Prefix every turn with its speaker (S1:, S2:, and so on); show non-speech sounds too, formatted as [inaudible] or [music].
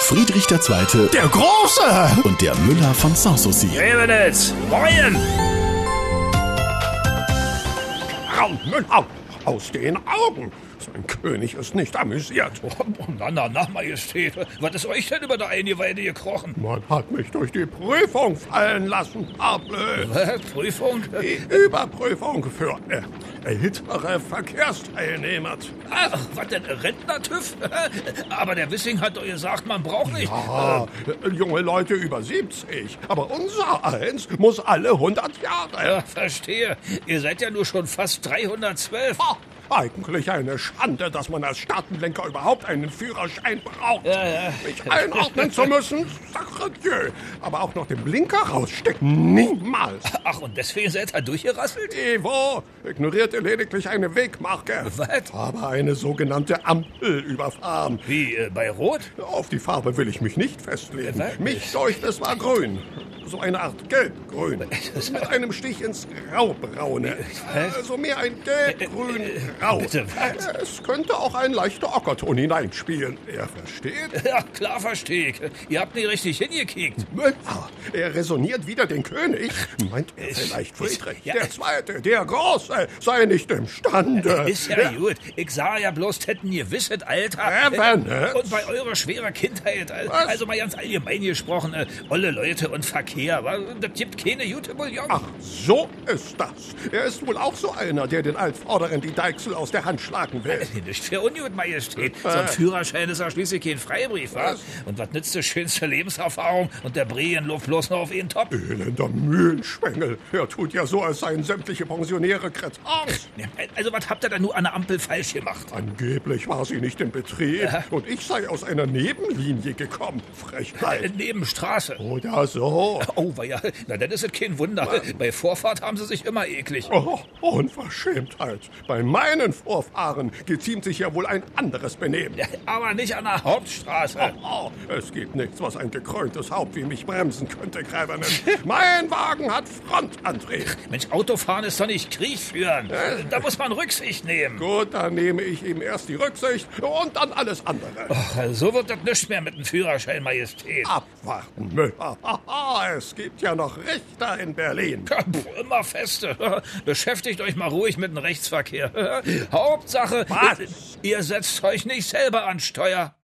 S1: Friedrich II.
S2: Der Große!
S1: und der Müller von Sanssouci.
S2: Revenitz! Moin!
S3: Aus den Augen! Sein König ist nicht amüsiert. [laughs]
S2: Na, na, na, Majestät, was ist euch denn über der Eingeweide gekrochen?
S3: Man hat mich durch die Prüfung fallen lassen, Pable.
S2: Was? Prüfung?
S3: Die Überprüfung für äh, ältere Verkehrsteilnehmer.
S2: Ach, was denn, Rentner-TÜV? Aber der Wissing hat doch gesagt, man braucht nicht.
S3: Ah, äh, junge Leute über 70. Aber unser eins muss alle 100 Jahre.
S2: Ja, Äh, verstehe. Ihr seid ja nur schon fast 312.
S3: Ah, Eigentlich eine Schande, dass man als Staatenlenker überhaupt einen Führerschein braucht.
S2: ja.
S3: Mich einordnen zu müssen, sacre Dieu. Aber auch noch den Blinker rausstecken, niemals.
S2: Ach, und deswegen seid ihr durchgerasselt?
S3: Evo ignorierte lediglich eine Wegmarke.
S2: Was?
S3: Aber eine sogenannte Ampel überfahren.
S2: Wie, äh, bei Rot?
S3: Auf die Farbe will ich mich nicht festlegen.
S2: Was?
S3: Mich deucht, es war grün. So eine Art Gelbgrün. Mit einem Stich ins Graubraune.
S2: Äh, Was? Äh,
S3: Also mehr ein Gelbgrün-Grau.
S2: Bitte, was?
S3: Es könnte auch ein leichter Ockerton hineinspielen. Er versteht?
S2: Ja, klar verstehe ich. Ihr habt nicht richtig hingekickt.
S3: Müller, er resoniert wieder den König. Meint er vielleicht Friedrich?
S2: ja.
S3: Der Zweite, der Große, sei nicht imstande.
S2: Ist ja gut. Ich sah ja bloß, hätten ihr wisset, Alter. Äh,
S3: Revenitz.
S2: Und bei eurer schweren Kindheit, also,
S3: ne? Was?
S2: also mal ganz allgemein gesprochen, äh, olle Leute und Verkehr, wa? das gibt keine gute Bouillon.
S3: Ach, so ist das. Er ist wohl auch so einer, der den Altvorderen die Deichsel aus der Hand schlagen will.
S2: Nicht für Unjut, Majestät. So ein
S3: Äh.
S2: Führerschein ist ja schließlich kein Freibrief, wa?
S3: Was?
S2: Und was nützt die schönste Lebenserfahrung und der Brien läuft bloß noch auf ihn top?
S3: Äh. Elender Mühlenschwengel. Er tut ja so, als seien sämtliche Pensionäre Kretans.
S2: Also, was habt ihr da nur an der Ampel falsch gemacht?
S3: Angeblich war sie nicht in Betrieb und ich sei aus einer Nebenlinie gekommen.
S2: Äh,
S3: Frechheit.
S2: Neben Straße.
S3: Oder so.
S2: Oh, ja, na, dann ist es kein Wunder. Bei Vorfahrt haben sie sich immer eklig.
S3: Oh, Unverschämtheit. Bei meinen Vorfahren geziemt sich ja wohl ein anderes Benehmen.
S2: Aber nicht an der Hauptstraße.
S3: Oh, es gibt nichts, was ein gekröntes Haupt wie mich bremsen könnte, Gräbernen. mein Wagen hat Frontantrieb.
S2: Mensch, Autofahren ist doch nicht Krieg führen. Da muss man Rücksicht nehmen.
S3: Gut, dann nehme ich ihm erst die Rücksicht und dann alles andere.
S2: Ach, So wird das nicht mehr mit dem Führerschein, Majestät.
S3: Abwarten, Müller. Haha, es gibt ja noch Richter in Berlin.
S2: Ja, puh, Immer feste. [laughs] Beschäftigt euch mal ruhig mit dem Rechtsverkehr. [laughs] Hauptsache,
S3: Was?
S2: ihr setzt euch nicht selber an Steuer.